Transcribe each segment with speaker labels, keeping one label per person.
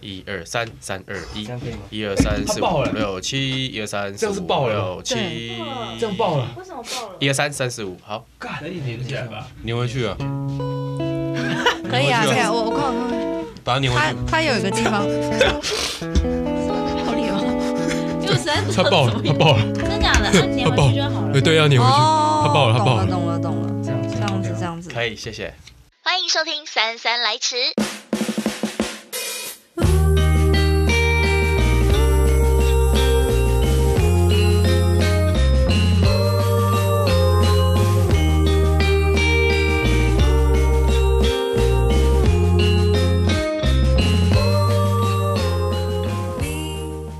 Speaker 1: 一二三三二一
Speaker 2: 这，样可以吗？
Speaker 1: 一二三四
Speaker 2: 他
Speaker 1: 五
Speaker 2: 爆了
Speaker 1: 六七，一二三
Speaker 2: 这
Speaker 1: 四
Speaker 2: 样是
Speaker 1: 五
Speaker 2: 爆了
Speaker 1: 六七，
Speaker 2: 这样爆了，
Speaker 3: 为什么爆 了？
Speaker 1: 一二三三四五，好，
Speaker 2: 干
Speaker 4: 可以粘起来吧？
Speaker 5: 粘回去啊，
Speaker 6: 可以啊，
Speaker 5: 你回
Speaker 6: 可以
Speaker 5: 去啊
Speaker 6: 啊，我我看我看，
Speaker 5: 把它粘回
Speaker 6: 它
Speaker 5: 去。
Speaker 6: 它有一个地方，好理哦，
Speaker 3: 就实在是
Speaker 4: 它爆了，它爆了，
Speaker 3: 真假 的，啊按粘回去就好了
Speaker 4: 对。对，要粘回去。
Speaker 6: 哦，
Speaker 4: 它爆了它爆了
Speaker 6: 懂了懂了懂了，
Speaker 2: 这样子
Speaker 6: 这样子这样子，
Speaker 1: 可以，谢谢。
Speaker 7: 欢迎收听《姗姗来迟》。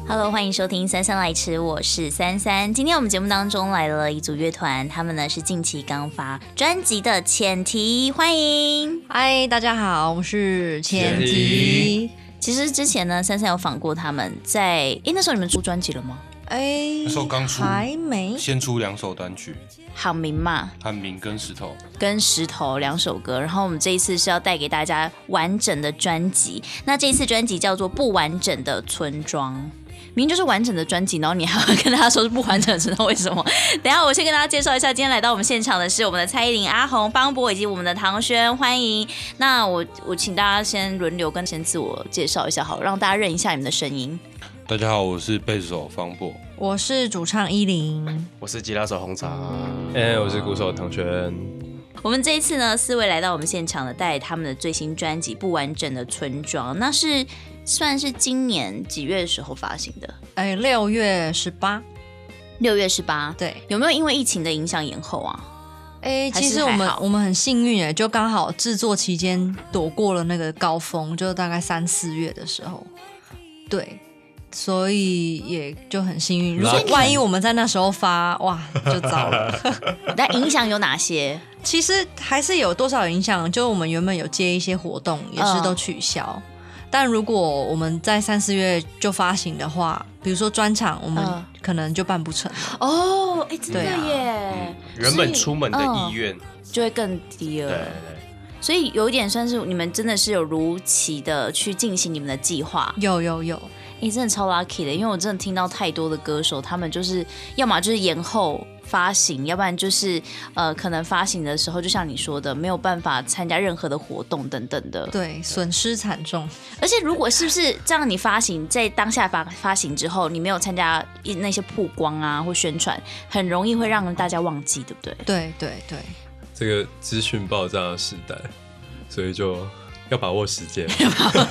Speaker 7: Hello，欢迎收听《姗姗来迟》，我是三三。今天我们节目当中来了一组乐团，他们呢是近期刚发专辑的浅提，欢迎。
Speaker 6: 嗨，大家好，我是浅提，
Speaker 7: 其实之前呢，珊珊有访过他们在，诶那时候你们出专辑了吗？
Speaker 6: 哎
Speaker 5: 那时候刚，出
Speaker 6: 还没，
Speaker 5: 先出两首单曲，
Speaker 7: 好明嘛，
Speaker 5: 《汉民》跟《石头
Speaker 7: 跟石头两首歌，然后我们这一次是要带给大家完整的专辑。那这一次专辑叫做《不完整的村庄》，明明就是完整的专辑，然后你还要跟大家说是不完整的村庄，为什么？ 等一下我先跟大家介绍一下，今天来到我们现场的是我们的蔡依林、阿红、邦博以及我们的唐轩，欢迎。那我我请大家先轮流跟先自我介绍一下，好了，让大家认一下你们的声音。》。
Speaker 5: 大家好，我是贝斯手方博。
Speaker 6: 我是主唱依林，
Speaker 1: 我是吉他手红茶，
Speaker 4: 哎，我是鼓手唐轩。
Speaker 7: 我们这一次呢，四位来到我们现场的，带他们的最新专辑《不完整的村庄》，那是算是今年几月的时候发行的？
Speaker 6: 哎，六月十八，
Speaker 7: 六月十八。
Speaker 6: 对，
Speaker 7: 有没有因为疫情的影响延后 啊？
Speaker 6: 哎、
Speaker 7: 还
Speaker 6: 其
Speaker 7: 是
Speaker 6: 实我
Speaker 7: 还
Speaker 6: 们
Speaker 7: 好
Speaker 6: 我们很幸运哎，就刚好制作期间躲过了那个高峰，就大概三四月的时候，对，所以也就很幸运。如果万一我们在那时候发，哇，就糟了。
Speaker 7: 那影响有哪些？
Speaker 6: 其实还是有多少影响，就我们原本有接一些活动，也是都取消。但如果我们在三四月就发行的话，比如说专场，我们
Speaker 7: 嗯
Speaker 6: 可能就办不成了。
Speaker 7: 哦，哎、真的
Speaker 6: 对啊
Speaker 7: 耶，
Speaker 1: 嗯原本出门的
Speaker 7: 嗯
Speaker 1: 意愿，
Speaker 7: 就会更低
Speaker 1: 对
Speaker 7: 了。
Speaker 1: 对
Speaker 7: 所以有一点算是你们真的是有如期的去进行你们的计划。
Speaker 6: 有有有，
Speaker 7: 你、真的超 lucky 的，因为我真的听到太多的歌手，他们就是要么就是延后发行，要不然就是呃，可能发行的时候就像你说的，没有办法参加任何的活动等等的。
Speaker 6: 对，损失惨重。
Speaker 7: 而且如果是不是这样，你发行在当下发发行之后，你没有参加一那些曝光啊或宣传，很容易会让大家忘记，对不对？
Speaker 6: 对对对。
Speaker 4: 这个资讯爆炸的时代，所以就要把握时间。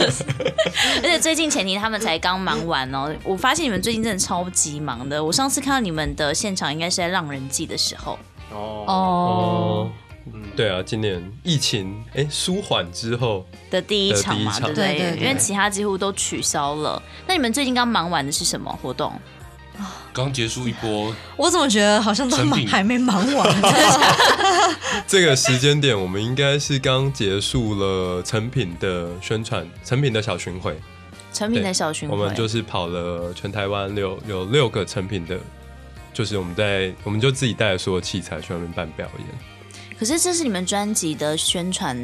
Speaker 7: 而且最近前提他们才刚忙完哦，我发现你们最近真的超级忙的。我上次看到你们的现场应该是在浪人季的时候
Speaker 1: 对，哦，
Speaker 7: 哦
Speaker 4: 哦，对啊，今年疫情哎舒缓之后，
Speaker 7: 的第一场嘛，对不
Speaker 4: 的第一场
Speaker 7: 对？
Speaker 6: 对对对
Speaker 7: 因为其他几乎都取消了。那你们最近刚忙完的是什么活动？
Speaker 5: 刚结束一波，
Speaker 6: 我怎么觉得好像都忙
Speaker 5: 成品
Speaker 6: 还没忙完？
Speaker 4: 这个时间点我们应该是刚结束了成品的宣传，成品的小巡回，
Speaker 7: 成品的小巡
Speaker 4: 我
Speaker 7: 回，
Speaker 4: 们就是跑了全台湾六有六个成品的，就是我们在我们就自己带了所有器材去外面办表演。
Speaker 7: 可是这是你们专辑的宣传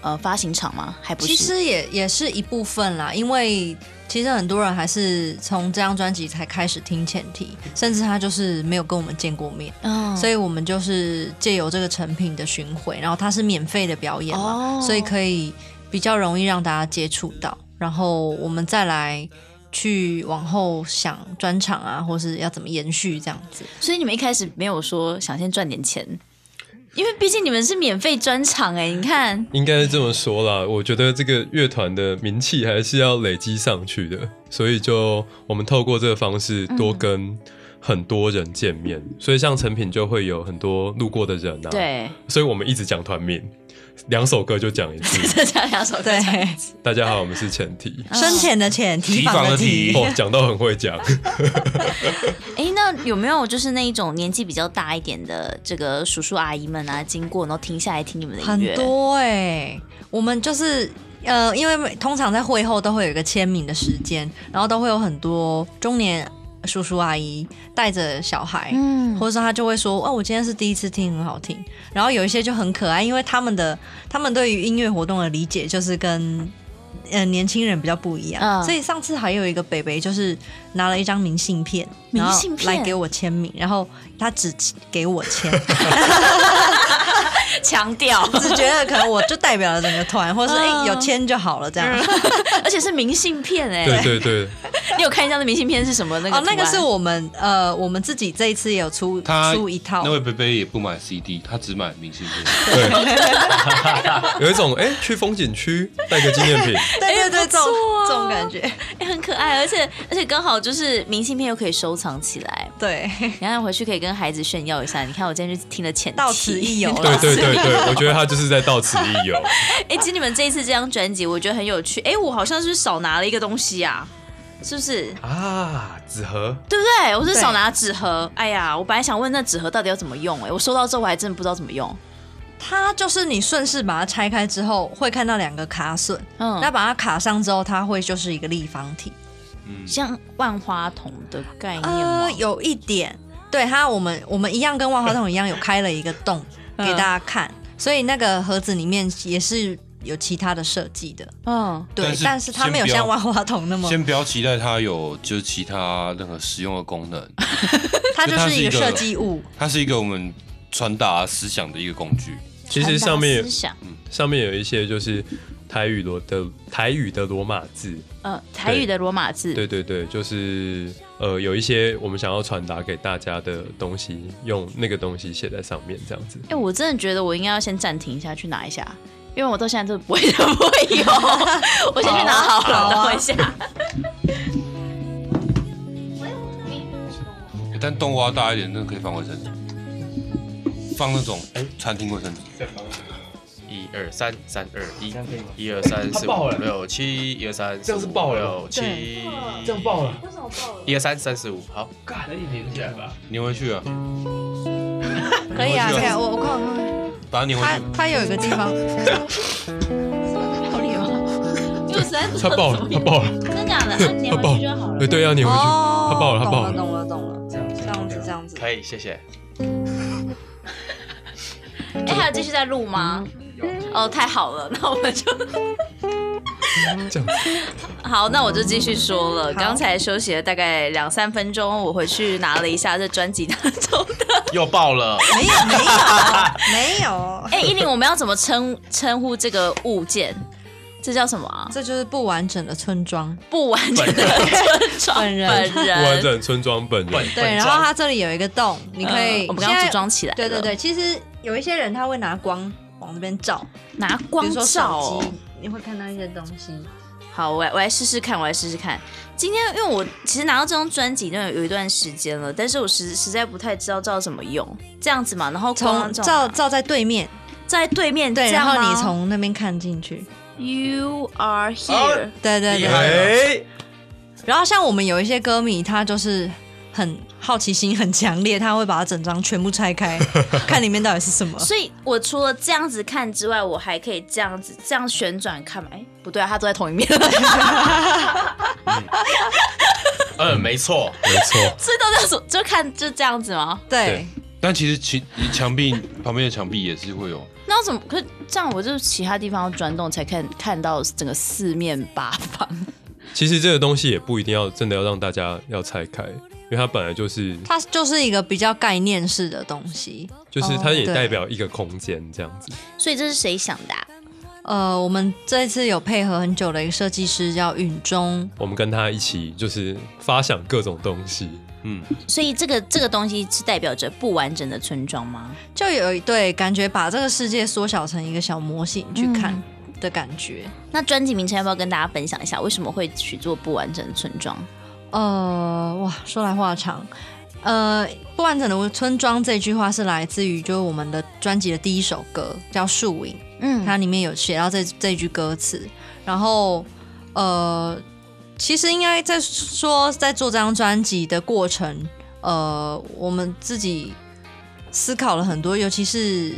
Speaker 7: 呃发行场吗？还不是？
Speaker 6: 其实也也是一部分啦，因为其实很多人还是从这张专辑才开始听前提，甚至他就是没有跟我们见过面，
Speaker 7: 嗯，
Speaker 6: 所以我们就是借由这个成品的巡回，然后它是免费的表演嘛，
Speaker 7: 哦
Speaker 6: 所以可以比较容易让大家接触到，然后我们再来。去往后想专场啊，或是要怎么延续这样子，
Speaker 7: 所以你们一开始没有说想先赚点钱，因为毕竟你们是免费专场哎、你看。
Speaker 4: 应该是这么说啦，我觉得这个乐团的名气还是要累积上去的，所以就我们透过这个方式
Speaker 6: 嗯
Speaker 4: 多跟很多人见面，所以像成品就会有很多路过的人啊，，
Speaker 7: 对，
Speaker 4: 所以我们一直讲团名，两首歌就讲一 次。
Speaker 7: 这加两首歌
Speaker 6: 对，
Speaker 4: 大家好，我们是前提。
Speaker 7: 嗯
Speaker 6: 深浅的浅，提防的提，
Speaker 4: 哦，讲到很会 讲，
Speaker 7: 哎，那有没有就是那一种年纪比较大一点的这个叔叔阿姨们啊，经过然后停下来听你们的音乐？
Speaker 6: 很多哎、我们就是呃，因为通常在会后都会有一个签名的时间，然后都会有很多中年叔叔阿姨带着小孩。
Speaker 7: 嗯，
Speaker 6: 或者说他就会说，哦，我今天是第一次听，很好听。然后有一些就很可爱，因为他们的他们对于音乐活动的理解就是跟呃年轻人比较不一样，
Speaker 7: 嗯
Speaker 6: 所以上次还有一个北北就是拿了一张明信片，
Speaker 7: 明
Speaker 6: 然后
Speaker 7: 信片
Speaker 6: 来给我签名，然后他只给我签，
Speaker 7: 强调，
Speaker 6: 只觉得可能我就代表了整个团，或者是哎、
Speaker 7: 嗯
Speaker 6: 有签就好了这样。
Speaker 5: 嗯
Speaker 7: 而且是明信片哎、
Speaker 4: 对对对，
Speaker 7: 你有看一下那明信片是什么？那个
Speaker 6: 哦，那个
Speaker 7: 图案
Speaker 6: 是我们呃，我们自己这一次也有出
Speaker 5: 他
Speaker 6: 出一套
Speaker 5: 那，位贝贝也不买 CD，他只买明信片。
Speaker 4: 对， 有一种哎、去风景区带个纪念品，
Speaker 6: 对对对，这种
Speaker 7: 啊
Speaker 6: 这种感觉，
Speaker 7: 欸很可爱，而且而且刚好就是明信片又可以收藏起来，
Speaker 6: 对，
Speaker 7: 然后回去可以跟孩子炫耀一下。你看我今天就听了前妻
Speaker 6: 到此一游
Speaker 4: 对
Speaker 6: 了。
Speaker 4: 对对对，我觉得他就是在到此一游。
Speaker 7: 哎、其实你们这一次这张专辑，我觉得很有趣。哎、我好像是不是少拿了一个东西啊，是不是？
Speaker 4: 啊，纸盒，
Speaker 7: 对不对？我是
Speaker 6: 对
Speaker 7: 少拿纸盒。哎呀，我本来想问那纸盒到底要怎么用、哎，我收到之后我还真的不知道怎么用。
Speaker 6: 它就是你顺势把它拆开之后，会看到两个卡榫，
Speaker 7: 嗯，
Speaker 6: 那把它卡上之后，它会就是一个立方体。
Speaker 5: 嗯，
Speaker 7: 像万花筒的概念吗？
Speaker 6: 呃，有一点，对它我们我们一样跟万花筒一样有开了一个洞
Speaker 7: 嗯
Speaker 6: 给大家看，所以那个盒子里面也是有其他的设计的，
Speaker 7: 嗯，
Speaker 6: 对，
Speaker 5: 但
Speaker 6: 但
Speaker 5: 是
Speaker 6: 是它没有
Speaker 5: 先不
Speaker 6: 像
Speaker 5: 要
Speaker 6: 万花筒那么，
Speaker 5: 先不要期待它有就是其他任何实用的功能，
Speaker 6: 它就
Speaker 5: 它
Speaker 6: 是
Speaker 5: 是
Speaker 6: 一个
Speaker 5: 一个
Speaker 6: 设计物，
Speaker 5: 它是一个我们传达思想的一个工具。
Speaker 4: 其实上
Speaker 7: 传
Speaker 4: 面
Speaker 7: 达思想，
Speaker 4: 上面有一些就是台语罗的台语的罗马字，
Speaker 7: 呃，台语的罗马字，
Speaker 4: 对对对，就是呃有一些我们想要传达给大家的东西，用那个东西写在上面，这样子。
Speaker 7: 哎、我真的觉得我应该要先暂停一下去拿一下，因为我到现在真的不会 不会有，我先去拿好了，等我一下。
Speaker 5: 但动画大一点，那个可以放卫生纸，放那种哎、餐厅卫生纸。
Speaker 1: 一二三三二一，一二三四五六七，一二三这样是爆了，七这样爆了，一二三三四五，好，
Speaker 5: 粘回去啊，
Speaker 6: 可以啊，
Speaker 5: 我觉
Speaker 6: 可
Speaker 5: 得
Speaker 6: 以啊，我我看我看，
Speaker 5: 把它粘回
Speaker 6: 它
Speaker 5: 去。
Speaker 6: 它有一个地方，
Speaker 3: 就实在不知
Speaker 4: 他
Speaker 3: 道
Speaker 4: 爆
Speaker 3: 怎
Speaker 4: 了，
Speaker 3: 么
Speaker 4: 他
Speaker 3: 用
Speaker 4: 爆了，
Speaker 3: 真假的，按
Speaker 4: 他
Speaker 3: 粘
Speaker 4: 爆
Speaker 3: 回去就好了
Speaker 4: 对。对，要粘回去，
Speaker 6: 哦，
Speaker 4: 他爆了，他
Speaker 6: 懂了
Speaker 4: 爆了。
Speaker 6: 懂了懂了，这样这样子这样子，
Speaker 1: 可以，谢谢。
Speaker 7: 哎、还有继续在录吗？哦，太好了，那我们 就
Speaker 4: 这样子，
Speaker 7: 好，那我就继续说了。刚才休息了大概两三分钟，我回去拿了一下这专辑当中的。
Speaker 1: 又爆了，
Speaker 6: 没有没有没有，
Speaker 7: 哎、依林，我们要怎么称称呼这个物件？这叫什么啊？
Speaker 6: 这就是不完整的村庄。
Speaker 7: 不完整的村庄
Speaker 6: 本人
Speaker 7: 本
Speaker 4: 不完
Speaker 7: 人，
Speaker 4: 整村庄本人
Speaker 1: 本。
Speaker 6: 对，
Speaker 1: 本
Speaker 6: 然后
Speaker 1: 庄
Speaker 6: 它这里有一个洞，你可以
Speaker 7: 嗯我们刚刚
Speaker 6: 现在
Speaker 7: 组装起来。
Speaker 6: 对对，对，其实有一些人他会拿光往这边照，
Speaker 7: 拿
Speaker 6: 比
Speaker 7: 光
Speaker 6: 如说
Speaker 7: 照、
Speaker 6: 手
Speaker 7: 哦
Speaker 6: 机。，你会看到一些东西。
Speaker 7: 好，我来我来试试看，我来试试看。今天因为我其实拿到这张专辑那有一段时间了，但是我实实在不太知道照怎么用，这样子嘛，然后
Speaker 6: 从
Speaker 7: 光
Speaker 6: 照
Speaker 7: 嘛
Speaker 6: 照在对面，
Speaker 7: 在对面，
Speaker 6: 对，
Speaker 7: 这
Speaker 6: 然
Speaker 7: 样
Speaker 6: 后
Speaker 7: 吗
Speaker 6: 你从那边看进去，
Speaker 7: You are here，、
Speaker 6: 对对
Speaker 1: 厉
Speaker 6: 对。
Speaker 1: 害
Speaker 4: 哎，
Speaker 6: 然后像我们有一些歌迷，他就是很好奇心很强烈，他会把它整张全部拆 开，看里面到底是什么。
Speaker 7: 所以我除了这样子看之外，我还可以这样子这样旋转看嘛？哎，不对啊，它都在同一 面，
Speaker 1: 嗯，没错，
Speaker 4: 没错，
Speaker 7: 所以到底要怎就看就这样子吗？
Speaker 6: 对，
Speaker 5: 但其实其墙壁旁边的墙壁也是会有，
Speaker 7: 那要怎么？可是这样我就其他地方要钻洞才看看到整个四面八方。
Speaker 4: 其实这个东西也不一定要真的要让大家要拆开，因为它本来就是
Speaker 6: 它就是一个比较概念式的东西。
Speaker 4: 就是它也
Speaker 6: 哦对
Speaker 4: 代表一个空间这样子。
Speaker 7: 所以这是谁想的、啊？
Speaker 6: 呃，我们这一次有配合很久的一个设计师叫允中，
Speaker 4: 我们跟他一起就是发想各种东西，
Speaker 5: 嗯，
Speaker 7: 所以这个这个东西是代表着不完整的村庄吗？
Speaker 6: 就有一对感觉把这个世界缩小成一个小模型去看的感觉。
Speaker 7: 那专辑名称要不要跟大家分享一下？为什么会取作不完整的村庄？
Speaker 6: 呃，哇，说来话长。呃，不完整的村庄这句话是来自于就是我们的专辑的第一首歌叫《树影》，
Speaker 7: 嗯，
Speaker 6: 它里面有写到这这句歌词。然后，呃，其实应该在说在做这张专辑的过程，呃，我们自己思考了很多，尤其是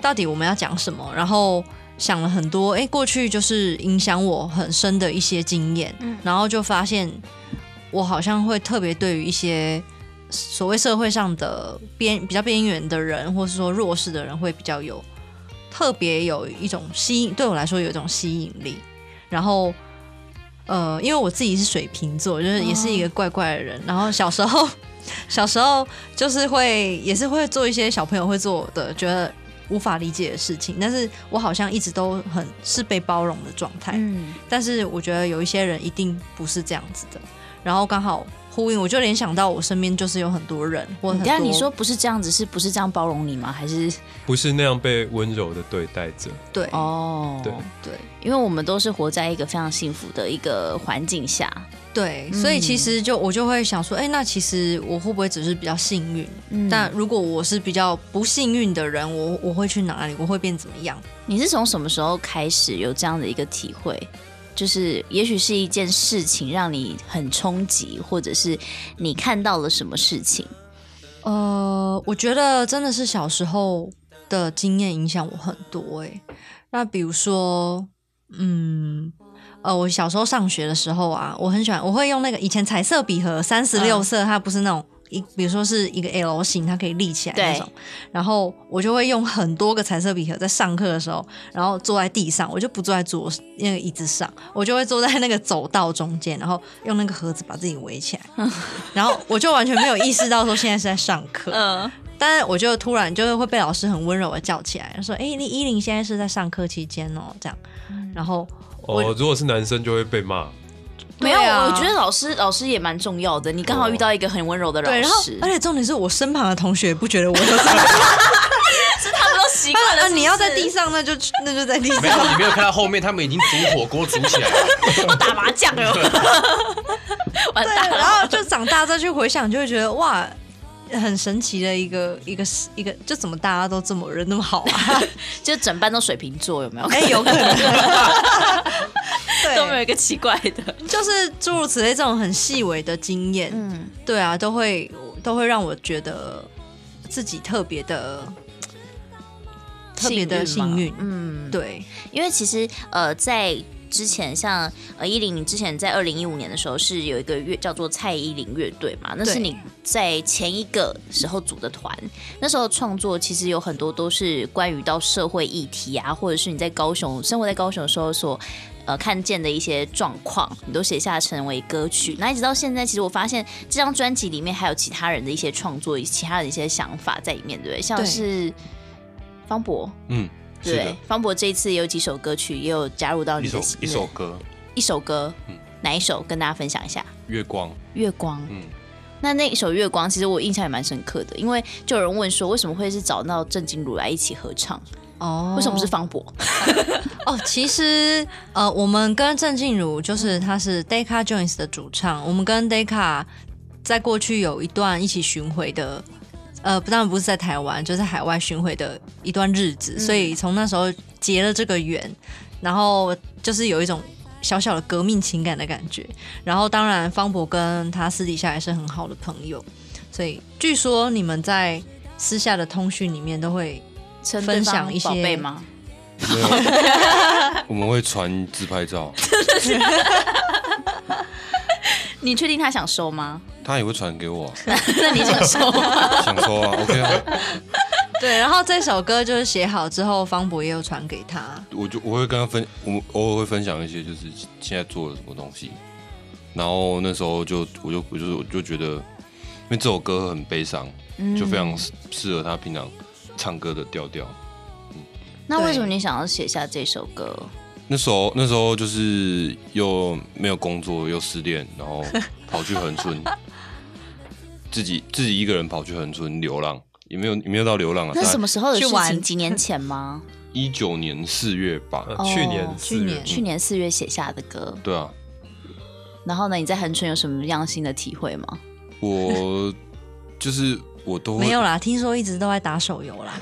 Speaker 6: 到底我们要讲什么，然后想了很多。哎，过去就是影响我很深的一些经验，
Speaker 7: 嗯
Speaker 6: 然后就发现我好像会特别对于一些。所谓社会上的边比较边缘的人，或是说弱势的人，会比较有特别有一种吸引，对我来说有一种吸引力。然后。呃，因为我自己是水瓶座，就是也是一个怪怪的人。然后小时候， 小时候就是会也是会做一些小朋友会做的，觉得无法理解的事情。但是我好像一直都很是被包容的状态。
Speaker 7: 嗯，
Speaker 6: 但是我觉得有一些人一定不是这样子的。然后刚好呼应，我就联想到我身边就是有很多人，或很
Speaker 7: 等一下
Speaker 6: 多
Speaker 7: 嗯你说不是这样子，是不是这样包容你吗？还是
Speaker 4: 不是那样被温柔的对待着。
Speaker 6: 对、
Speaker 7: 哦，
Speaker 4: 对
Speaker 6: 对
Speaker 7: 因为我们都是活在一个非常幸福的一个环境下，
Speaker 6: 对，
Speaker 7: 嗯
Speaker 6: 所以其实就我就会想说，哎、那其实我会不会只是比较幸运？
Speaker 7: 嗯，
Speaker 6: 但如果我是比较不幸运的人，我我会去哪里？我会变怎么样？
Speaker 7: 你是从什么时候开始有这样的一个体会？就是也许是一件事情让你很冲击，或者是你看到了什么事情，
Speaker 6: 呃，我觉得真的是小时候的经验影响我很多诶、那比如说，嗯，呃，我小时候上学的时候啊，我很喜欢，我会用那个以前彩色笔盒，三十六
Speaker 7: 嗯
Speaker 6: 色，它不是那种。一比如说是一个 L 型，它可以立起来那
Speaker 7: 对
Speaker 6: 种，然后我就会用很多个彩色笔盒，在上课的时候，然后坐在地上，我就不坐在桌那个椅子上，我就会坐在那个走道中间，然后用那个盒子把自己围起来， 然后我就完全没有意识到说现在是在上课，
Speaker 7: 嗯，
Speaker 6: 但是我就突然就会被老师很温柔的叫起来，说：“哎、你依林现在是在上课期间哦，这样。”
Speaker 7: 嗯
Speaker 6: 然后
Speaker 4: 哦，如果是男生就会被骂。
Speaker 7: 没有，
Speaker 6: 对啊
Speaker 7: 我觉得老师老师也蛮重要的。你刚好遇到一个很温柔的老
Speaker 6: 对，然后
Speaker 7: 师，
Speaker 6: 而且重点是我身旁的同学也不觉得我有 什么。
Speaker 7: 是他们都习
Speaker 6: 他
Speaker 7: 惯
Speaker 6: 们
Speaker 7: 了
Speaker 6: 啊
Speaker 7: 是不是
Speaker 6: 你要在地上，那就那就在地
Speaker 1: 没有，
Speaker 6: 上。
Speaker 1: 你没有看到后面他们已经煮火锅煮起来 了，
Speaker 7: 打麻将了， 完
Speaker 6: 对，
Speaker 7: 蛋
Speaker 6: 然
Speaker 7: 了。
Speaker 6: 后就长大再去回想，就会觉得哇，很神奇的一个一个一个，就怎么大家都这么人那么好 啊？
Speaker 7: 就整班都水瓶座，有没有？
Speaker 6: 哎、有可 能。
Speaker 7: 都没有
Speaker 6: 对，
Speaker 7: 一个奇怪的。
Speaker 6: 就是诸如此类这种很细微的经验，
Speaker 7: 嗯，
Speaker 6: 对啊，都会都会让我觉得自己特别的特别的幸运
Speaker 7: 嘛。嗯，
Speaker 6: 对，
Speaker 7: 因为其实呃，在之前像呃依林，你之前在二零一五年的时候是有一个乐叫做蔡依林乐队嘛，那是
Speaker 6: 对
Speaker 7: 你在前一个时候组的团。那时候创作其实有很多都是关于到社会议题啊，或者是你在高雄生活在高雄的时候所。呃，看见的一些状况，你都写下成为歌曲。那一直到现在，其实我发现这张专辑里面还有其他人的一些创作，其他人的一些想法在里面，对不对？像
Speaker 6: 对
Speaker 7: 是方博，
Speaker 1: 嗯，是
Speaker 7: 对
Speaker 1: 的，，
Speaker 7: 方博这一次也有几首歌曲也有加入到
Speaker 1: 一
Speaker 7: 你的
Speaker 1: 首一首歌
Speaker 7: 一首歌，
Speaker 1: 嗯
Speaker 7: 哪一首跟大家分享一下？
Speaker 1: 《月光》，
Speaker 7: 月光。
Speaker 1: 嗯，
Speaker 7: 那那一首《月光》，其实我印象也蛮深刻的，因为就有人问说，为什么会是找到郑金如来一起合唱？
Speaker 6: 哦
Speaker 7: 为什么是方博？
Speaker 6: 哦，其实呃，我们跟郑静茹就是她是 Decca Jones 的主唱，我们跟 Decca 在过去有一段一起巡回的，呃，不当然不是在台湾，就是在海外巡回的一段日子，所以从那时候结了这个缘，然后就是有一种。小小的革命情感的感觉，然后当然方博跟他私底下也是很好的朋友，所以据说你们在私下的通讯里面都会
Speaker 7: 称
Speaker 6: 分
Speaker 7: 对方
Speaker 6: 享一些
Speaker 7: 宝贝吗？
Speaker 5: 没有我们会传自拍照，
Speaker 7: 你确定他想 收吗？
Speaker 5: 他也会传给我啊，
Speaker 7: 那你想收吗？
Speaker 5: 想说啊，OK 啊，
Speaker 6: 对，然后这首歌就是写好之后，方博也有传给他。
Speaker 5: 我就我会跟他分，我们偶尔会分享一些就是现在做了什么东西，然后那时候就我就我就我就觉得，因为这首歌很悲伤，就非常适适合他平常唱歌的调调。
Speaker 7: 那为什么你想要写下这首歌？
Speaker 5: 那时候那时候就是又没有工作，又失恋，然后跑去恒春，自己自己一个人跑去恒春流浪，也没有也没有到流浪啊。
Speaker 7: 那什么时候的事
Speaker 6: 去玩
Speaker 7: 情？几年前吗？
Speaker 5: 一九年四月吧，
Speaker 4: 呃
Speaker 7: 哦
Speaker 4: 去年
Speaker 6: 去
Speaker 4: 四月
Speaker 6: 年，
Speaker 7: 去年四月写下的歌。
Speaker 5: 对啊，
Speaker 7: 然后呢，你在横春有什么样新的体会吗？
Speaker 5: 我就是我都会
Speaker 6: 没有啦，听说一直都在打手游啦。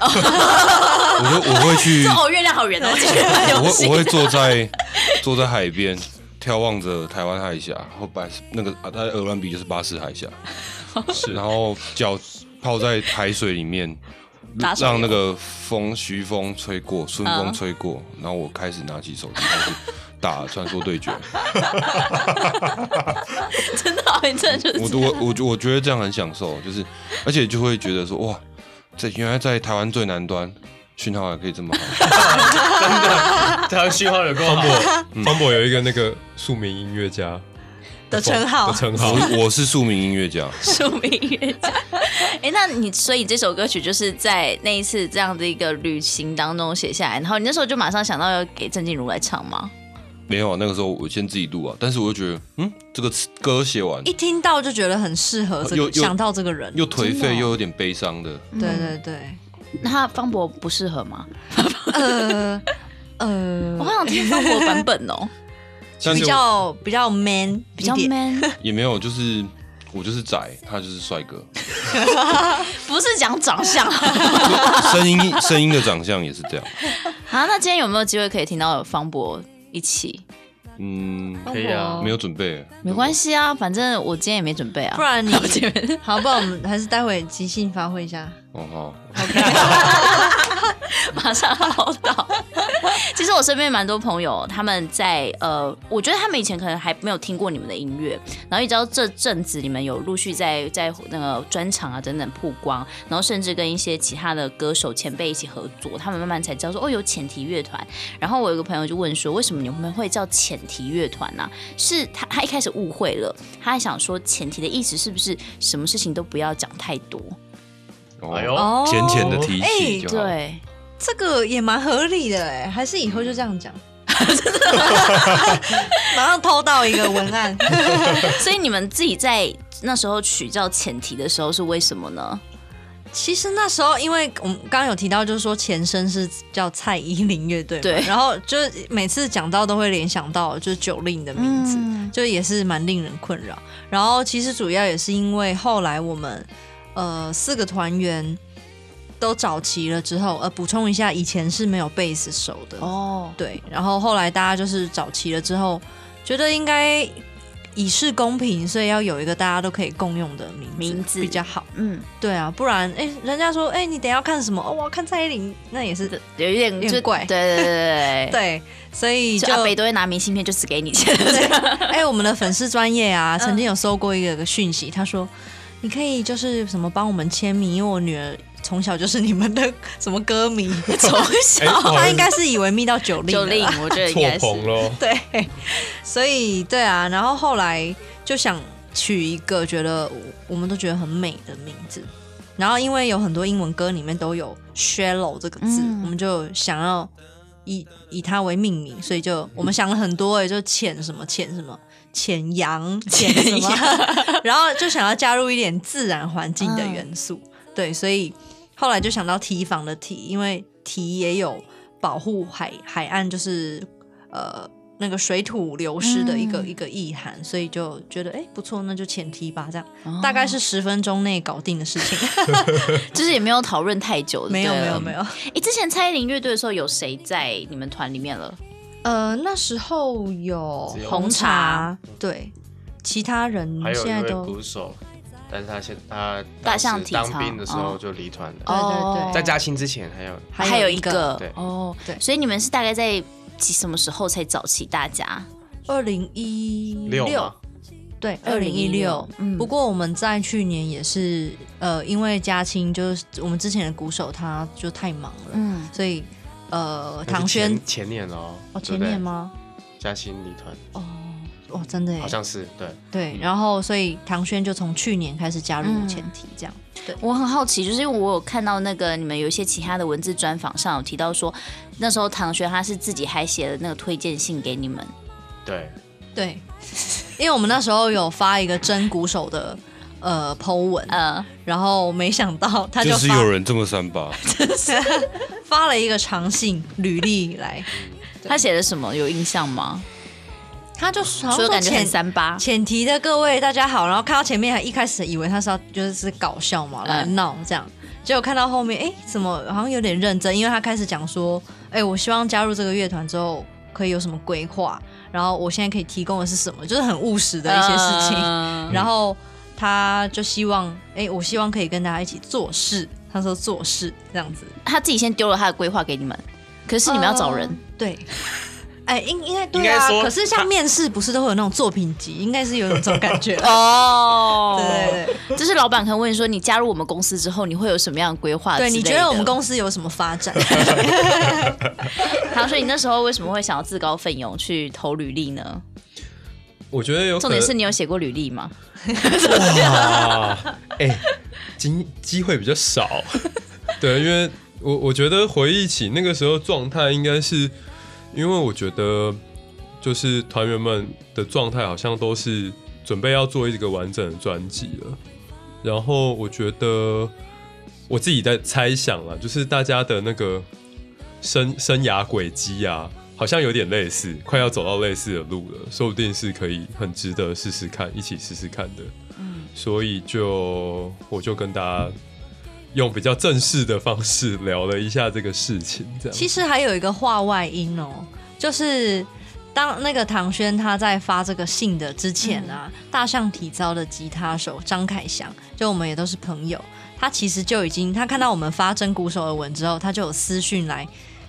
Speaker 5: 我就我会去，
Speaker 7: 说哦，月亮好圆哦，这
Speaker 5: 我
Speaker 7: 个游
Speaker 5: 会
Speaker 7: 戏
Speaker 5: 我会坐在坐在海边。眺望着台湾海峡，后白那个啊，它的鹅銮鼻就是巴士海峡，
Speaker 4: 是
Speaker 5: 然后脚泡在海水里面，
Speaker 7: 打手游嗯
Speaker 5: 让那个风徐风吹过，顺风吹过，然后我开始拿起手机开始打传说 对决。
Speaker 7: 真的好，你 真的就是
Speaker 5: 我我我我觉得这样很享受，就是而且就会觉得说哇，在原来在台湾最南端讯号还可以这么 好，
Speaker 1: 台湾讯号有够
Speaker 4: 方
Speaker 1: 好，
Speaker 4: 博，方博有一个那个庶民音乐家
Speaker 6: 的称号
Speaker 4: 的称号，
Speaker 5: 我我是庶民音乐家，
Speaker 7: 庶民乐家。 哎、那你所以这首歌曲就是在那一次这样的一个旅行当中写下来，然后你那时候就马上想到要给郑静茹来唱吗？
Speaker 5: 没有啊，那个时候我先自己录啊，但是我就觉得，嗯，这个词歌写完
Speaker 6: 一听到就觉得很适合这
Speaker 5: 又
Speaker 6: 个，
Speaker 5: 又
Speaker 6: 想到这个人，
Speaker 5: 又颓
Speaker 7: 真的哦嗯
Speaker 5: 废又有点悲伤的，
Speaker 6: 对对对，
Speaker 7: 那他方博不适合吗？
Speaker 6: 呃
Speaker 7: 我
Speaker 6: 呃，
Speaker 7: 好想听方博版本 哦，
Speaker 4: 其
Speaker 6: 比
Speaker 4: 实
Speaker 6: 较比较 man，
Speaker 7: 比较
Speaker 6: 一点
Speaker 7: man，
Speaker 5: 也没有就是我就是宅，他就是帅哥，
Speaker 7: 不是讲长相啊。
Speaker 5: 声音声音的长相也是这样，
Speaker 7: 那今天有没有机会可以听到方博一起？
Speaker 5: 嗯，
Speaker 1: 可以
Speaker 7: 哦
Speaker 1: 啊，
Speaker 5: 没有准备，
Speaker 7: 没关系啊，反正我今天也没准备啊。
Speaker 6: 不然你
Speaker 7: 前面
Speaker 6: 好，不然我们还是待会即兴发挥一下。
Speaker 5: 哦好，
Speaker 7: 马上唠叨。 其实我身边蛮多朋友，他们在呃，我觉得他们以前可能还没有听过你们的音乐，然后一直到这阵子你们有陆续在在那个专场啊等等曝光，然后甚至跟一些其他的歌手前辈一起合作，他们慢慢才知道说哦有浅提乐团。然后我有个朋友就问说，为什么你们会叫浅提乐团呢、是他他一开始误会了，他还想说浅提的意思是不是什么事情都不要讲太多？
Speaker 5: 哦
Speaker 1: 哎呦，
Speaker 6: 哦
Speaker 5: 浅浅的提
Speaker 6: 哎
Speaker 5: 起就好，
Speaker 7: 对。
Speaker 6: 这个也蛮合理的哎，还是以后就这样讲。 马上偷到一个文案，
Speaker 7: 所以你们自己在那时候取叫前提的时候是为什么呢？
Speaker 6: 其实那时候，因为我们刚刚有提到，就是说前身是叫蔡依林乐队嘛，
Speaker 7: 对
Speaker 6: 然后就是每次讲到都会联想到就是九令的名字，
Speaker 7: 嗯
Speaker 6: 就也是蛮令人困扰。然后其实主要也是因为后来我们呃四个团员都找齐了之后，呃补充一下，以前是没有贝斯手的，
Speaker 7: 哦，
Speaker 6: 对，然后后来大家就是找齐了之后，觉得应该以示公平，所以要有一个大家都可以共用的名字
Speaker 7: 名字
Speaker 6: 比较好。
Speaker 7: 嗯，
Speaker 6: 对啊，不然哎、诶人家说哎、诶你等一下要看什么？哦，我要看蔡依林，那也是
Speaker 7: 有一点
Speaker 6: 有
Speaker 7: 就
Speaker 6: 点怪
Speaker 7: 对对对对
Speaker 6: 对，所以
Speaker 7: 对，
Speaker 6: 就
Speaker 7: 就阿 北都会拿明信片就只给你 钱，
Speaker 6: 哎、我们的粉丝专业啊，
Speaker 7: 嗯
Speaker 6: 曾经有收过一个个讯息，他说你可以就是什么帮我们签名，因为我女儿从小就是你们的什么歌迷，
Speaker 7: 从小
Speaker 4: 哎，不 好
Speaker 6: 她
Speaker 4: 意
Speaker 6: 应
Speaker 4: 思
Speaker 6: 该是以为密到九令
Speaker 7: 九
Speaker 6: 了啦
Speaker 7: 令，我觉得应
Speaker 4: 哦 错
Speaker 7: 该
Speaker 4: 棚
Speaker 7: 是
Speaker 4: 喽。
Speaker 6: 对，所以对啊，然后后来就想取一个觉得我我们都觉得很美的名字，然后因为有很多英文歌里面都有 shallow 这个字，
Speaker 7: 嗯
Speaker 6: 我们就想要以以它为命名，所以就我们想了很多哎、就浅什么浅什么浅阳浅什么， 然后就想要加入一点自然环境的元素，对，所以后来就想到提防的提，因为提也有保护海海岸，就是呃那个水土流失的一个、
Speaker 7: 嗯
Speaker 6: 一个意涵，所以就觉得哎、诶不错，那就浅提吧，这样、大概是十分钟内搞定的事情，
Speaker 7: 就是也没有讨论太久，
Speaker 6: 没有
Speaker 7: 对
Speaker 6: 没有没。有，
Speaker 7: 哎，之前蔡依林乐队的时候有谁在你们团里面了？
Speaker 6: 呃那时呃候有
Speaker 1: 只有
Speaker 6: 红
Speaker 7: 红
Speaker 6: 茶
Speaker 7: 茶，
Speaker 6: 对，其他人
Speaker 1: 还有
Speaker 6: 现
Speaker 1: 一
Speaker 6: 在
Speaker 1: 位
Speaker 6: 都
Speaker 1: 鼓手，但是他现他
Speaker 7: 大
Speaker 1: 当时
Speaker 7: 象体操
Speaker 1: 当兵的时
Speaker 7: 哦
Speaker 1: 候就离团了，
Speaker 7: 哦
Speaker 1: 在嘉庆之前还有
Speaker 6: 还有
Speaker 7: 有
Speaker 6: 一
Speaker 7: 一
Speaker 6: 个
Speaker 1: 对
Speaker 7: 哦，
Speaker 6: 对
Speaker 7: 所以你们是大概在几什么时候才找齐大家？
Speaker 6: 二零一
Speaker 1: 六吗？
Speaker 6: 对，二零一
Speaker 7: 2016
Speaker 6: 六。嗯不过我们在去年也是，呃，因为嘉青就是我们之前的鼓手，他就太忙了，
Speaker 7: 嗯，
Speaker 6: 所以呃，
Speaker 1: 那是
Speaker 6: 唐轩
Speaker 1: 前前年哦，
Speaker 6: 哦，
Speaker 1: 对
Speaker 6: 前
Speaker 1: 不对
Speaker 6: 年？吗？
Speaker 1: 嘉兴离团
Speaker 6: 哦，哦，真的耶
Speaker 1: 好，像是对，
Speaker 6: 对。然后所以唐轩就从去年开始加入前提，这样。
Speaker 7: 我很好奇，就是因为我有看到那个你们有一些其他的文字专访上有提到说，那时候唐轩他是自己还写了那个推荐信给你们，
Speaker 1: 对，
Speaker 6: 对， 因为我们那时候有发一个真鼓手的呃 Po 文，
Speaker 7: 呃，
Speaker 6: 然后没想到他就
Speaker 5: 就
Speaker 6: 发
Speaker 5: 是有人这么三八，
Speaker 6: 发了一个长信履历来，
Speaker 7: 他写的什么有印象吗？
Speaker 6: 他就好像
Speaker 7: 所
Speaker 6: 说
Speaker 7: 以我感觉很
Speaker 6: 前
Speaker 7: 三八，
Speaker 6: 前提的各位大家好，然后看到前面还一开始以为他是要就是是搞笑嘛，来
Speaker 1: 嗯
Speaker 6: 闹这样，结果看到后面，哎，怎么好像有点认真？因为他开始讲说，哎，我希望加入这个乐团之后可以有什么规划，然后我现在可以提供的是什么，就是很务实的一些事情。
Speaker 7: 嗯
Speaker 6: 然后他就希望，哎，我希望可以跟大家一起做事。他说做事这样子，
Speaker 7: 他自己先丢了他的规划给你们，可是你们要找人，。
Speaker 6: 嗯对，哎，应应该对
Speaker 1: 应该
Speaker 6: 啊。
Speaker 1: 说
Speaker 6: 可是
Speaker 1: 他
Speaker 6: 像面试不是都会有那种作品集，应该是有这种 感觉
Speaker 7: 哦，
Speaker 6: 对对对，
Speaker 7: 对，就是老板可能问你说，你加入我们公司之后，你会有什么样的规啊划之类
Speaker 6: 对
Speaker 7: 的？
Speaker 6: 你觉得我们公司有什么发 展？
Speaker 7: 好，所以你那时候为什么会想要自告奋勇去投履历呢？
Speaker 4: 我觉得有可
Speaker 7: 重
Speaker 4: 能
Speaker 7: 点是你有写过履历吗？
Speaker 4: 哇， 哎、机机会比较少，对，因为我我觉得回忆起那个时候状态，应该是因为我觉得就是团员们的状态好像都是准备要做一个完整的专辑了，然后我觉得我自己在猜想啊，就是大家的那个生 生涯轨迹啊。好像有点类似，快要走到类似的路了，说不定是可以很值得试试看，一起试试看的。所以就我就跟大家用比较正式的方式聊了一下这个事情，这样。
Speaker 6: 其实还有一个话外音哦，就是当那个唐轩他在发这个信的之前
Speaker 7: 嗯
Speaker 6: 啊，大象体操的吉他手张凯翔，就我们也都是朋友，他其实就已经他看到我们发真鼓手的文之后，他就有私讯来。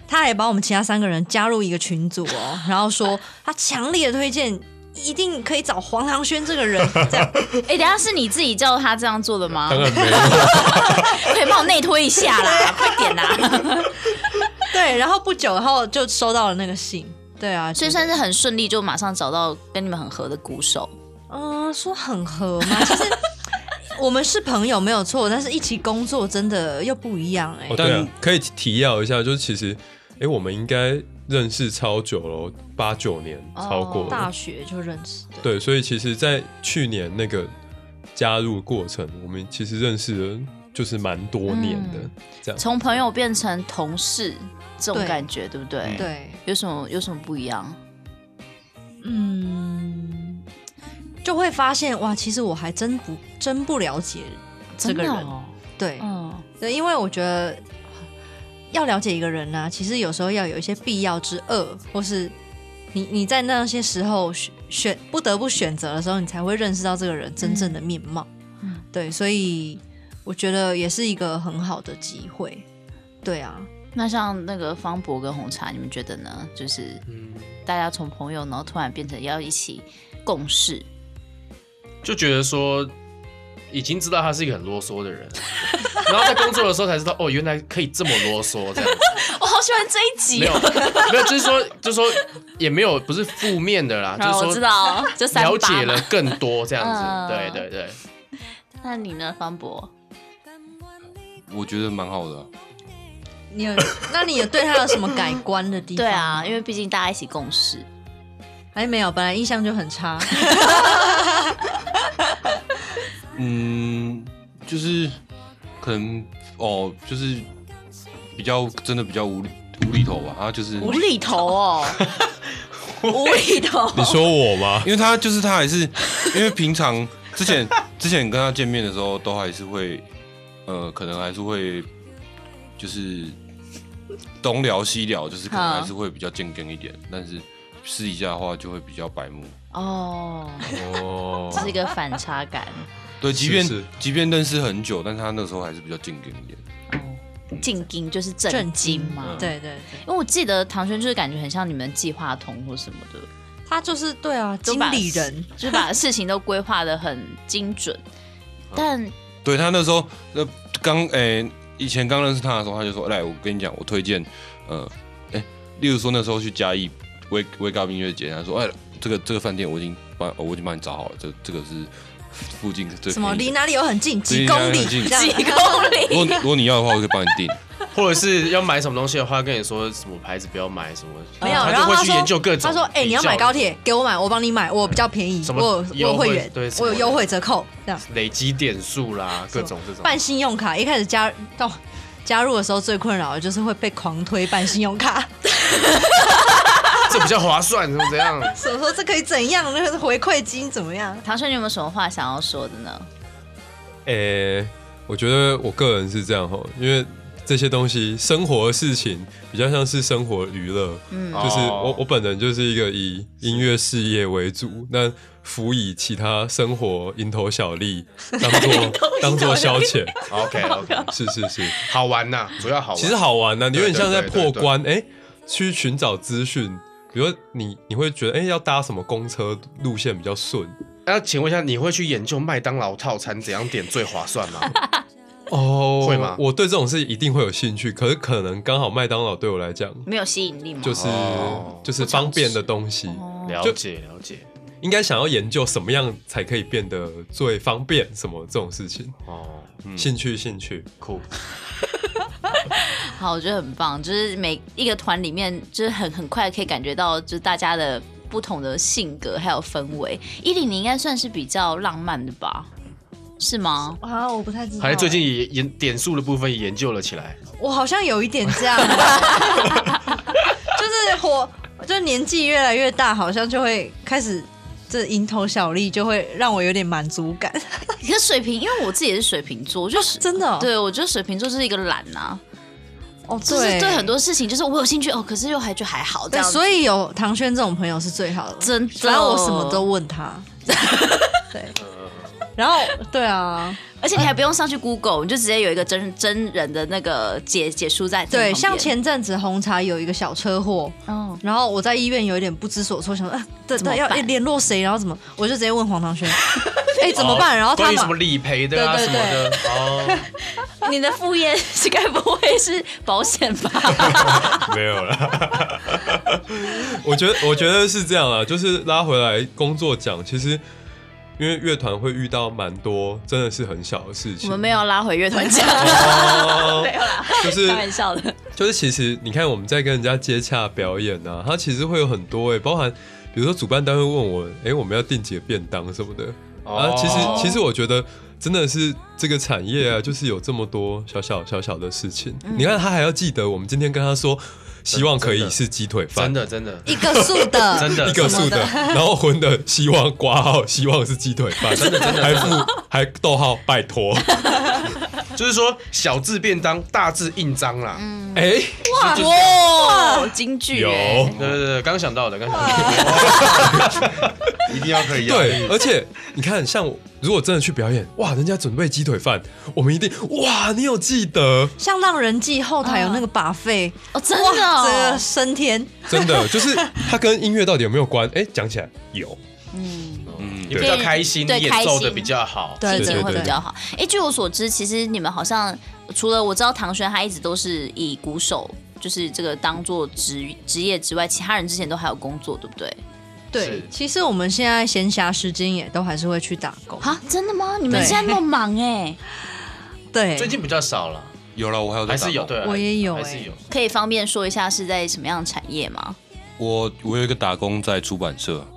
Speaker 6: 他还把我们其他三个人加入一个群组 哦，然后说他强烈的推荐，一定可以找黄唐轩这个人，这 样
Speaker 7: 哎、等一下是你自己叫他这样做的吗？
Speaker 4: 当然没有，
Speaker 7: 可以帮我内推一下啦，快点啦！
Speaker 6: 对。然后不久后就收到了那个信，对啊，
Speaker 7: 所以算是很顺利，就马上找到跟你们很合的鼓手。
Speaker 6: 嗯，说很合吗？ 其实我们是朋友没有错，但是一起工作真的又不一样哎、
Speaker 4: 哦对啊，可以提要一下，就是其实，哎、我们应该认识超久了哦，八九年超过了
Speaker 6: 大学就认识的，
Speaker 4: 对，所以其实，在去年那个加入过程，我们其实认识了就是蛮多年的，
Speaker 6: 嗯
Speaker 4: 这样。
Speaker 7: 从朋友变成同事，这种
Speaker 6: 对
Speaker 7: 感觉对不
Speaker 1: 嗯
Speaker 7: 对？
Speaker 6: 对，
Speaker 7: 有什么有什么不一样？
Speaker 6: 嗯，就会发现哇，其实我还真不真不了解这个
Speaker 7: 真
Speaker 6: 人，
Speaker 7: 的哦
Speaker 6: 对、
Speaker 7: 嗯，
Speaker 6: 对，因为我觉得要了解一个人呢、啊其实有时候要有一些必要之恶，或是你你在那些时候选选不得不选择的时候，你才会认识到这个人真正的面貌。
Speaker 7: 嗯
Speaker 6: 对，所以我觉得也是一个很好的机会。对啊，
Speaker 7: 那像那个方博跟红茶，你们觉得呢？就是
Speaker 1: 嗯
Speaker 7: 大家从朋友，然后突然变成要一起共事，
Speaker 1: 就觉得说已经知道他是一个很啰嗦的人， 然后在工作的时候才知道，哦，原来可以这么啰嗦，这样子
Speaker 7: 我好喜欢这一集
Speaker 1: 没 有
Speaker 7: 哦。
Speaker 1: 没有，就是说就是说也没有不是负面的啦，
Speaker 7: 然后
Speaker 1: 啊就
Speaker 7: 我
Speaker 1: 是
Speaker 7: 知
Speaker 1: 说
Speaker 7: 道，哦就三
Speaker 1: 了
Speaker 7: 八
Speaker 1: 解
Speaker 7: 嘛
Speaker 1: 了。更多这样
Speaker 7: 嗯
Speaker 1: 子，对对对，
Speaker 7: 那你呢，方博？
Speaker 5: 我觉得蛮好的啊、
Speaker 6: 你有，那你有对他有什么改观的地方？
Speaker 7: 对啊，，因为毕竟大家一起共事，
Speaker 6: 还没有，本来印象就很差。
Speaker 5: 嗯，就是可能哦，就是比较真的比较无厘无厘头吧，他就是
Speaker 7: 无厘头哦， 无厘头。
Speaker 4: 你说我吗？
Speaker 5: 因为他就是他还是 因为平常之前 之前跟他见面的时候，都还是会呃，可能还是会就是东聊西聊，就是可能
Speaker 7: 好
Speaker 5: 还是会比较健更一点，但是私底下的话就会比较白目。
Speaker 7: 哦，
Speaker 4: 哦
Speaker 7: 这，是一个反差感。
Speaker 5: 对，即便
Speaker 4: 是
Speaker 5: 即便认识很久，但他那时候还是比较健更一点。
Speaker 7: 进京就是震
Speaker 6: 震
Speaker 7: 惊
Speaker 6: 惊
Speaker 7: 嘛，
Speaker 6: 对对对，
Speaker 7: 因为我记得唐轩就是感觉很像你们计划通或什么的，
Speaker 6: 他就是对啊，
Speaker 7: 都
Speaker 6: 经
Speaker 7: 把
Speaker 6: 理人。
Speaker 7: 就是把事情都规划的很精准。但
Speaker 5: 对他那时候呃刚诶、以前刚认识他的时候，他就说来，我跟你讲，我推荐呃诶、例如说那时候去嘉义 Wake Wake Up 音乐节，他说哎、这个这个饭店我已经帮我已经帮你找好了，这这个是附近最
Speaker 6: 什么
Speaker 5: 便
Speaker 6: 离
Speaker 5: 宜的
Speaker 6: 哪里有很近，几
Speaker 5: 离
Speaker 6: 公里
Speaker 5: 哪里很近
Speaker 6: 这样
Speaker 7: 几公里，
Speaker 5: 如果如果你要的话，我可以帮你 订。
Speaker 1: 或者是要买什么东西的话，跟你说什么牌子不要买什么，
Speaker 6: 没有，
Speaker 1: 啊他
Speaker 6: 然
Speaker 1: 就
Speaker 6: 后
Speaker 1: 会
Speaker 6: 他
Speaker 1: 去
Speaker 6: 说
Speaker 1: 研究各种。
Speaker 6: 他说：“哎、你要买高，铁，给我买，我帮你买，我比较便宜，
Speaker 1: 什么
Speaker 6: 我
Speaker 1: 优
Speaker 6: 有我有
Speaker 1: 惠
Speaker 6: 会员
Speaker 1: 对，什
Speaker 6: 我
Speaker 1: 么
Speaker 6: 有优惠折扣，这样
Speaker 1: 累积点数啦，各种这种。
Speaker 6: 办信用卡。一开始加到、加入的时候最困扰的就是会被狂推办信用 卡，
Speaker 1: 这比较划算，怎么怎 样？
Speaker 6: 什么说这可以怎样，那个回馈金怎么样？
Speaker 7: 唐轩，你有没有什么话想要说的呢？
Speaker 4: 诶、我觉得我个人是这样哈，因为这些东西生活的事情比较像是生活娱乐，
Speaker 7: 嗯
Speaker 4: 就是我
Speaker 1: 哦
Speaker 4: 我本人就是一个以音乐事业为主，那辅以其他生活蝇头小利当做当做消遣，
Speaker 1: OK OK，
Speaker 4: 是是是，
Speaker 1: 好玩呐，主要好玩。
Speaker 4: 啊其实好玩呢、你有点像在
Speaker 1: 对对对
Speaker 4: 破关，诶，去寻找资讯，比如说你你会觉得，哎、要搭什么公车路线比较顺？
Speaker 1: 那请问一下，你会去研究麦当劳套餐怎样点最划算吗？
Speaker 4: 哦
Speaker 1: 会吗
Speaker 4: 我对这种事一定会有兴趣，可是可能刚好麦当劳对我来讲
Speaker 7: 没有吸引力吗？
Speaker 4: 就是、
Speaker 1: 哦
Speaker 4: 就是方便的东西，
Speaker 7: 哦
Speaker 1: 了解了解
Speaker 4: 应该想要研究什么样才可以变得最方便，什么这种事情，
Speaker 1: 哦，
Speaker 4: 兴趣兴趣。
Speaker 1: 酷，
Speaker 6: 哦
Speaker 7: 好，我觉得很棒，就是每一个团里面，就是很很快可以感觉到，就是大家的不同的性格还有氛围。伊琳，你应该算是比较浪漫的吧？是吗？
Speaker 6: 啊，我不太知道。
Speaker 1: 还最近也研点数的部分也研究了起来，
Speaker 6: 我好像有一点 这样，就是活，就年纪越来越大，好像就会开始这蝇头小利，就会让我有点满足感。
Speaker 7: 可是水瓶，因为我自己也是水瓶座，我就是、
Speaker 6: 真的哦
Speaker 7: 对我觉得水瓶座就是一个懒啊，
Speaker 6: 哦，
Speaker 7: 就是对很多事情，就是我有兴趣哦，可是又还觉得还好这
Speaker 6: 对，
Speaker 7: 样子。
Speaker 6: 所以有唐轩这种朋友是最好的。
Speaker 7: 真的，
Speaker 6: 反正我什么都，问 他。对，然后对啊，
Speaker 7: 而且你还不用上去 Google，你就直接有一个真真人的那个解解书在
Speaker 6: 对，像
Speaker 7: 前
Speaker 6: 前阵子红茶有一个小车祸，
Speaker 7: 哦，
Speaker 6: 然后我在医院有一点不知所措，想说，啊，对
Speaker 7: 怎么
Speaker 6: 对，要
Speaker 7: 办
Speaker 6: 联络谁，然后怎么，我就直接问黄唐轩， 哎，怎么办？然后
Speaker 1: 哦
Speaker 6: 他
Speaker 1: 关于什
Speaker 6: 马
Speaker 1: 么理赔的啊
Speaker 6: 对
Speaker 1: 什
Speaker 6: 对
Speaker 1: 么的哦，
Speaker 7: 你的副业 是该不会是保险吧？
Speaker 4: 没有了。 我觉得，我觉得是这样啊，就是拉回来工作讲，其实因为乐团会遇到蛮多真的是很小的事
Speaker 7: 我
Speaker 4: 情。
Speaker 7: 们没有拉回乐团讲，
Speaker 4: 哦
Speaker 7: 没有啦，
Speaker 4: 就是
Speaker 7: 开玩笑的。
Speaker 4: 就是，其实你看我们在跟人家接洽表演啊，它其实会有很多哎、包含比如说主办单位问我，哎、我们要订几个便当什么的
Speaker 1: 哦
Speaker 4: 啊。其实，其实我觉得真的是这个产业啊，就是有这么多小小小小的事情。
Speaker 1: 嗯
Speaker 4: 你看他还要记得我们今天跟他说，希望可以是鸡腿饭，
Speaker 1: 真的真的
Speaker 6: 一个素 的，
Speaker 1: 真的
Speaker 4: 一个素
Speaker 6: 什么
Speaker 4: 的，
Speaker 6: 的
Speaker 4: 然后荤的希望挂号，希望是鸡腿饭，真的真的还附还逗号，拜托，
Speaker 1: 就是说小字便当，大字印章啦，
Speaker 6: 嗯
Speaker 4: 哎、
Speaker 7: 哇，京剧
Speaker 4: 有
Speaker 7: 欸
Speaker 1: 对对对，刚想到的，刚想到的，
Speaker 5: 一定要可以啊压
Speaker 4: 对，
Speaker 5: 力。
Speaker 4: 而且你看，像我如果真的去表演，哇，人家准备鸡腿饭，我们一定哇，你有记得，
Speaker 6: 像让人记后台有那个把费，
Speaker 7: 哦，真的
Speaker 6: 哇，这
Speaker 7: 哦
Speaker 6: 个，升天，
Speaker 4: 真的就是它跟音乐到底有没有关？哎、讲起来有，
Speaker 7: 嗯，
Speaker 1: 你
Speaker 4: 嗯，
Speaker 1: 比较开心，
Speaker 7: 对
Speaker 1: 你演奏的比较好，
Speaker 6: 对对
Speaker 7: 心情会
Speaker 4: 对
Speaker 7: 比较好。哎，据我所知，其实你们好像除了我知道唐轩他一直都是以鼓手。就是这个当做职职业之外，其他人之前都还有工作，对不对？
Speaker 6: 对
Speaker 1: 是，
Speaker 6: 其实我们现在闲暇时间也都还是会去打工，
Speaker 7: 啊，真的吗？你们
Speaker 6: 对
Speaker 7: 现在那么忙哎、
Speaker 6: 对，
Speaker 1: 最近比较少了，
Speaker 5: 有了，我还有在
Speaker 1: 还
Speaker 5: 打
Speaker 1: 是有
Speaker 5: 工
Speaker 1: 对，
Speaker 6: 我也有
Speaker 1: 还
Speaker 6: 哎
Speaker 1: 是有，
Speaker 7: 可以方便说一下是在什么样的产业吗？
Speaker 5: 我我有一个打工在出版社，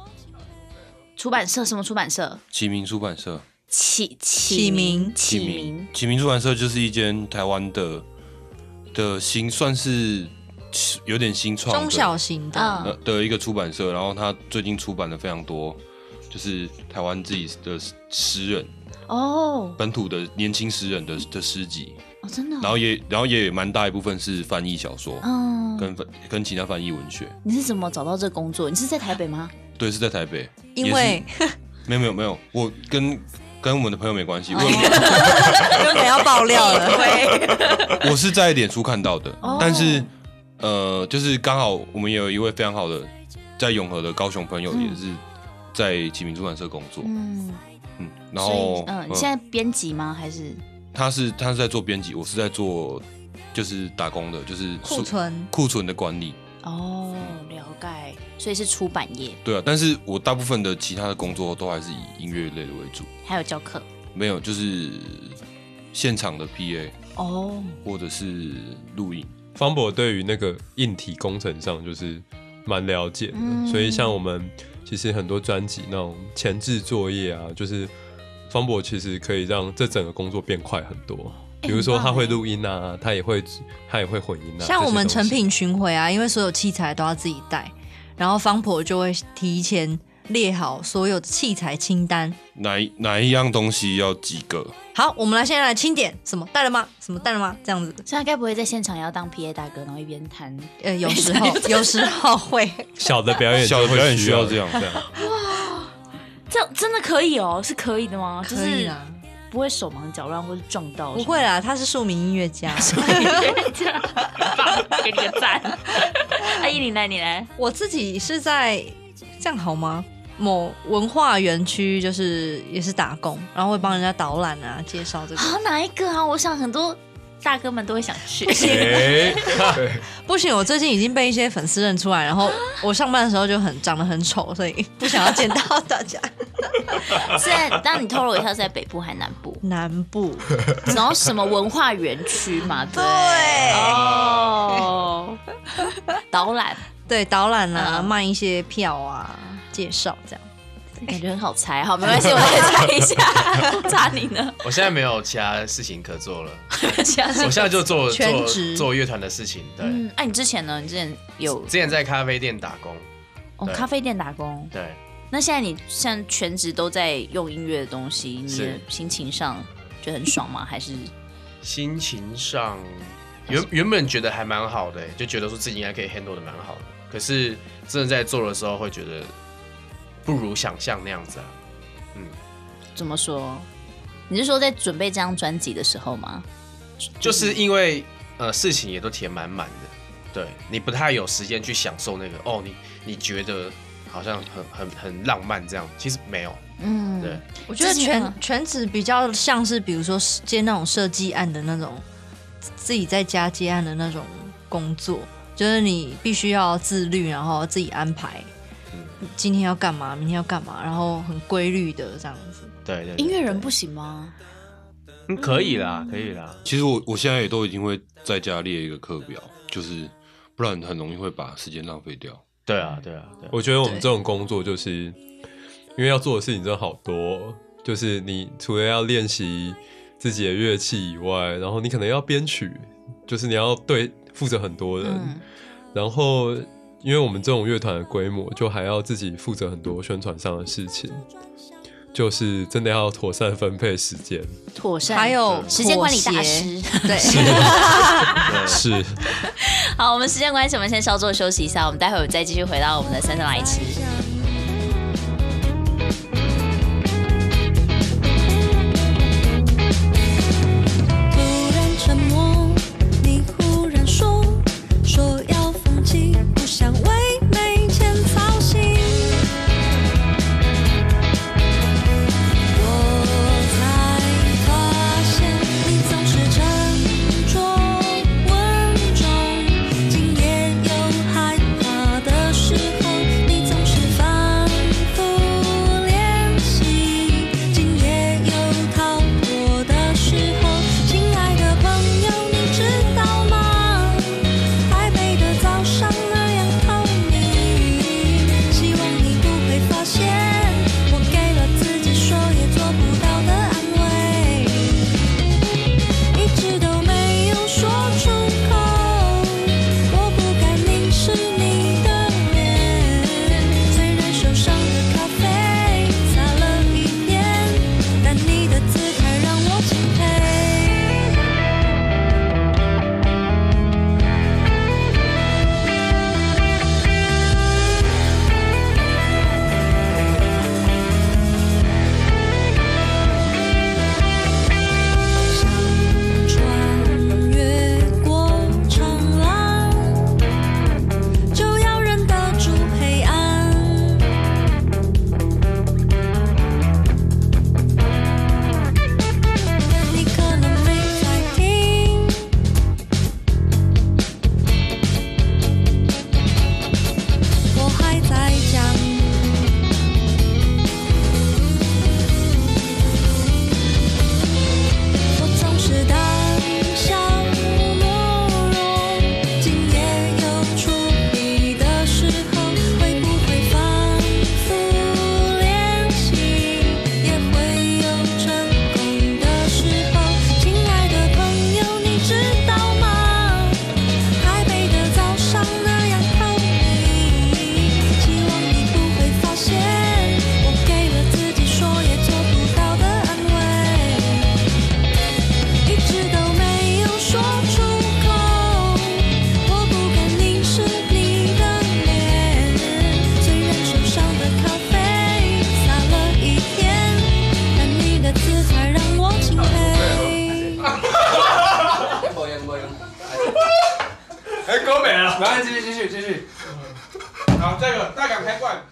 Speaker 7: 出版社？什么出版社？
Speaker 5: 启明出版社。
Speaker 7: 启
Speaker 6: 启
Speaker 7: 启
Speaker 6: 明
Speaker 7: 启明，
Speaker 5: 启明出版社就是一间台湾的的新，算是有点新创的
Speaker 6: 中小型的，
Speaker 7: 嗯
Speaker 5: 呃的一个出版社，然后他最近出版了非常多，就是台湾自己的诗人，
Speaker 7: 哦
Speaker 5: 本土的年轻诗人的的诗集，
Speaker 7: 哦，真的哦、
Speaker 5: 然后也然后也有蛮大一部分是翻译小说，
Speaker 7: 嗯，
Speaker 5: 跟翻跟其他翻译文学。
Speaker 7: 你是怎么找到这工作？你是在台北吗？
Speaker 5: 对，是在台北，
Speaker 6: 因为
Speaker 5: 没有没有没有，我跟跟我们的朋友没
Speaker 7: 哦
Speaker 5: 关系，我
Speaker 6: 有点要爆料了，
Speaker 5: 我是在脸书看到的，
Speaker 7: 哦
Speaker 5: 但是呃，就是刚好我们也有一位非常好的在永和的高雄朋友，也是在启明出版社工作，
Speaker 7: 嗯，
Speaker 5: 嗯，然
Speaker 7: 所以
Speaker 5: 后
Speaker 7: 嗯，你
Speaker 5: 呃
Speaker 7: 现在编辑吗？还是
Speaker 5: 他是他是在做编辑，我是在做就是打工的，就是
Speaker 6: 库
Speaker 5: 数
Speaker 6: 存
Speaker 5: 库存的管理，
Speaker 7: 哦，了解，所以是出版业，
Speaker 5: 对啊，但是我大部分的其他的工作都还是以音乐类的为主，
Speaker 7: 还有教课
Speaker 5: 没有就是现场的 PA
Speaker 7: 哦，
Speaker 5: 或者是录影，
Speaker 4: 方博对于那个硬体工程上就是蛮了解的，
Speaker 7: 嗯
Speaker 4: 所以像我们其实很多专辑那种前置作业啊，就是方博其实可以让这整个工作变快很多。比如说
Speaker 7: 很棒
Speaker 4: 他会
Speaker 7: 欸
Speaker 4: 录音啊，他也会他也会混音啊。
Speaker 6: 像我们
Speaker 4: 这些东
Speaker 6: 成
Speaker 4: 西
Speaker 6: 品巡回啊，因为所有器材都要自己带，然后方婆就会提前列好所有器材清单。
Speaker 5: 哪一哪一样东西要几个？
Speaker 6: 好，我们来现在来清点，什么带了吗？什么带了吗？这样子，
Speaker 7: 现在该不会在现场也要当 PA 大哥，然后一边弹？
Speaker 6: 呃，有时 候有时候会，
Speaker 4: 小的表演，
Speaker 5: 小的表演需要
Speaker 4: 这样这样。
Speaker 7: 这真的可以哦，是可以的吗？就
Speaker 6: 可以
Speaker 7: 是
Speaker 6: 啦，
Speaker 7: 不会手忙脚乱或是撞到什
Speaker 6: 不
Speaker 7: 么，
Speaker 6: 会啦，他是庶民音乐 家。
Speaker 7: 这样， 棒给你个赞。哎阿姨，你来，你来。
Speaker 6: 我自己是在这样好吗？某文化园区就是也是打工，然后会帮人家导览啊，介绍这个。
Speaker 7: 好，哪一个啊？我想很多大哥们都会想去。
Speaker 4: 哎，
Speaker 6: 不行，我最近已经被一些粉丝认出来，然
Speaker 7: 啊
Speaker 6: 后我上班的时候就很长得很丑，所以 不想要见到大家。
Speaker 7: 是在，那你透露一下是在北部还是南部？
Speaker 6: 南部，
Speaker 7: 然后什么文化园区嘛？对不
Speaker 6: 对
Speaker 7: 对。哦，导览
Speaker 6: 对导览啊，
Speaker 7: 嗯
Speaker 6: 卖一些票啊，介绍这样。
Speaker 7: 感觉很好猜，好，没关系，我再猜一下，不查你呢。
Speaker 1: 我现在没有其他事情可 做了，
Speaker 7: 下
Speaker 1: 我
Speaker 7: 次
Speaker 1: 现在就做
Speaker 6: 全
Speaker 1: 做
Speaker 6: 职
Speaker 1: 做乐团的事情。对，
Speaker 7: 嗯，哎、你之前呢？你之前有
Speaker 1: 之前在咖啡店打工，
Speaker 7: 哦
Speaker 1: 对
Speaker 7: 咖啡店打工，
Speaker 1: 对，
Speaker 7: 那现在你像全职都在用音乐的东西，你的
Speaker 1: 是
Speaker 7: 心情上觉得很爽吗？还是
Speaker 1: 心情上原原本觉得还蛮好的、欸就觉得说自己应该可以 handle 的蛮好的，可是真的在做的时候会觉得不如想象那样子啊。
Speaker 7: 怎么说？你是说在准备这张专辑的时候吗？
Speaker 1: 就是因为呃事情也都填满满的，对你不太有时间去享受那个哦，你你觉得好像很很很浪漫这样，其实没有，
Speaker 7: 嗯，
Speaker 1: 对，
Speaker 6: 我觉得
Speaker 7: 之前
Speaker 6: 全
Speaker 7: 呢
Speaker 6: 全职比较像是，比如说接那种设计案的那种，自己在家接案的那种工作，就是你必须要自律，然后自己安排
Speaker 7: 嗯
Speaker 6: 今天要干嘛，明天要干嘛，然后很规律的这样子。
Speaker 1: 对对
Speaker 7: 音乐人不行吗？
Speaker 1: 嗯可以啦，可以啦，
Speaker 5: 其实我我现在也都已经会在家列一个课表，就是不然很容易会把时间浪费掉。
Speaker 1: 对啊，对啊，对啊，
Speaker 4: 我觉得我们这种工作就是，因为要做的事情真的好多哦，就是你除了要练习自己的乐器以外，然后你可能要编曲，就是你要对负责很多人，
Speaker 7: 嗯，
Speaker 4: 然后因为我们这种乐团的规模，就还要自己负责很多宣传上的事情，就是真的要妥善分配时间。
Speaker 7: 妥善，
Speaker 6: 还有
Speaker 7: 时间管理大
Speaker 6: 妥
Speaker 7: 师
Speaker 6: 协，。 对，
Speaker 4: 是，
Speaker 7: 好，我们时间关系，我们先稍作休息一下，我们待会儿再继续回到我们的三三来吃。
Speaker 2: 突然沉默，你忽然说说要放弃，不想为没钱操心。我才发现，你总是沉着稳重，今夜有害怕的时候，你总是放
Speaker 8: 哎没了。
Speaker 9: 来，继续继续继续，
Speaker 8: 好，下一个大港开罐。